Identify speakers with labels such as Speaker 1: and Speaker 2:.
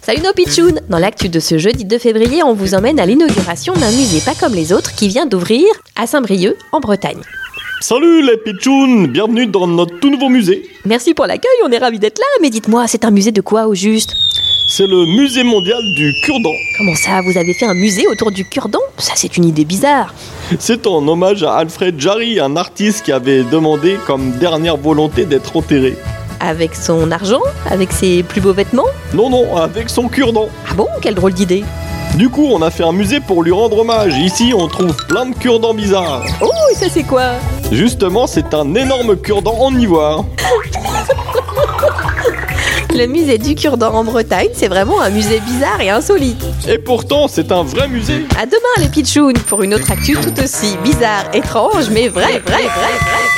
Speaker 1: Salut nos pitchounes Dans l'actu de ce jeudi 2 février, on vous emmène à l'inauguration d'un musée pas comme les autres qui vient d'ouvrir à Saint-Brieuc, en Bretagne.
Speaker 2: Salut les pitchounes Bienvenue dans notre tout nouveau musée
Speaker 1: Merci pour l'accueil, on est ravis d'être là, mais dites-moi, c'est un musée de quoi au juste
Speaker 2: C'est le musée mondial du cure-dent.
Speaker 1: Comment ça, vous avez fait un musée autour du cure-dent Ça, c'est une idée bizarre.
Speaker 2: C'est en hommage à Alfred Jarry, un artiste qui avait demandé comme dernière volonté d'être enterré.
Speaker 1: Avec son argent Avec ses plus beaux vêtements
Speaker 2: Non, non, avec son cure-dent.
Speaker 1: Ah bon, quelle drôle d'idée
Speaker 2: Du coup, on a fait un musée pour lui rendre hommage. Ici, on trouve plein de cure-dents bizarres.
Speaker 1: Oh, et ça c'est quoi
Speaker 2: Justement, c'est un énorme cure-dent en ivoire.
Speaker 1: Le musée du cure-dent en Bretagne, c'est vraiment un musée bizarre et insolite.
Speaker 2: Et pourtant, c'est un vrai musée.
Speaker 1: À demain les pitchounes pour une autre actu tout aussi bizarre, étrange, mais vrai, vrai, vrai, vrai. vrai.